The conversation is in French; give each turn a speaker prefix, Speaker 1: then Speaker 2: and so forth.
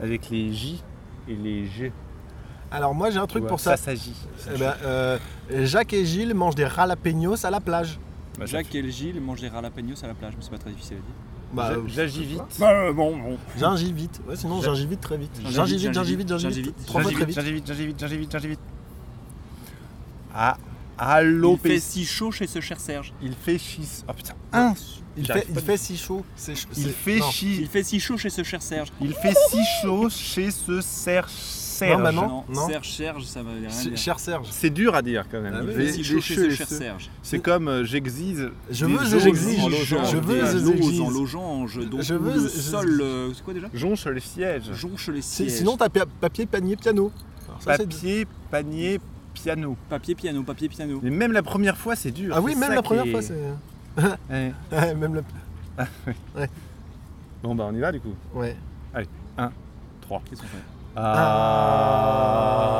Speaker 1: avec les J et les G.
Speaker 2: Alors moi j'ai un
Speaker 1: tu
Speaker 2: truc
Speaker 1: vois.
Speaker 2: pour ça.
Speaker 1: Ça s'agit. Ça
Speaker 2: Eh ben, euh, Jacques et Gilles mangent des jalapenos à la plage.
Speaker 1: s'agit. Bah, ça
Speaker 3: Jacques et le Gilles mangent des jalapenos à la plage, mais c'est pas très difficile à dire.
Speaker 2: Bah,
Speaker 1: fait-
Speaker 2: euh,
Speaker 1: J'a- J'agivite.
Speaker 3: Bah bon, bon.
Speaker 2: Gingivite. Ouais, sinon
Speaker 1: Ja-
Speaker 2: gingivite très vite.
Speaker 3: Gingivite,
Speaker 2: Gingivite, gingivite,
Speaker 3: gingivite,
Speaker 2: gingivite.
Speaker 3: gingivite.
Speaker 2: Trois fois très
Speaker 1: J'agivite, j'agivite,
Speaker 2: vite.
Speaker 1: j'agivite, j'agivite, j'agivite. Ah, allopécie.
Speaker 3: Il fait si chaud chez ce cher Serge.
Speaker 1: Il fait chis. Oh putain.
Speaker 2: Un. Il
Speaker 1: J'arrive
Speaker 2: fait,
Speaker 1: pas
Speaker 2: il
Speaker 1: de-
Speaker 2: fait si chaud. C'est ch-
Speaker 1: Il
Speaker 2: c'est-
Speaker 1: fait
Speaker 2: non.
Speaker 3: Il
Speaker 1: chi.
Speaker 3: fait si chaud chez ce cher Serge.
Speaker 1: Il fait si chaud chez ce cer- Serge.
Speaker 2: Non, maman. Non, non.
Speaker 3: Serge, Serge, ça va rien
Speaker 2: Ch-
Speaker 3: dire.
Speaker 2: Cher Serge.
Speaker 1: Ah C'est dur à dire quand même.
Speaker 2: Ah
Speaker 1: Il
Speaker 2: oui,
Speaker 1: fait
Speaker 3: Il fait
Speaker 1: des
Speaker 3: si chaud chez ce
Speaker 1: cheux
Speaker 3: cher
Speaker 1: et ceux.
Speaker 3: Serge.
Speaker 1: C'est comme euh, j'exige.
Speaker 2: Je
Speaker 1: des
Speaker 2: veux
Speaker 1: os
Speaker 2: et j'exige.
Speaker 1: en
Speaker 2: Je-
Speaker 1: logeant.
Speaker 2: je veux
Speaker 3: des
Speaker 2: et
Speaker 3: os
Speaker 2: j'exige.
Speaker 3: en logeange, donc
Speaker 2: Je
Speaker 3: où
Speaker 2: veux
Speaker 3: le
Speaker 2: et
Speaker 3: sol,
Speaker 2: j'exige.
Speaker 3: euh, c'est quoi déjà
Speaker 1: Jonche les sièges.
Speaker 3: Jonche les
Speaker 2: Si-
Speaker 3: sièges.
Speaker 2: Sinon t'as pa- papier, panier, piano. Alors ça, c'est-
Speaker 1: Papier, panier, piano.
Speaker 3: papier piano, papier piano.
Speaker 1: Mais même la première fois, c'est dur.
Speaker 2: Ah oui,
Speaker 1: C'est
Speaker 2: même
Speaker 1: ça
Speaker 2: la
Speaker 1: qui
Speaker 2: première
Speaker 1: est- Eh.
Speaker 2: fois c'est.
Speaker 1: Ouais.
Speaker 2: Ouais, même le.
Speaker 1: Bon, bah on y va du coup.
Speaker 2: Ouais.
Speaker 1: 3.
Speaker 3: Qu'est-ce qu'on fait
Speaker 2: Ah.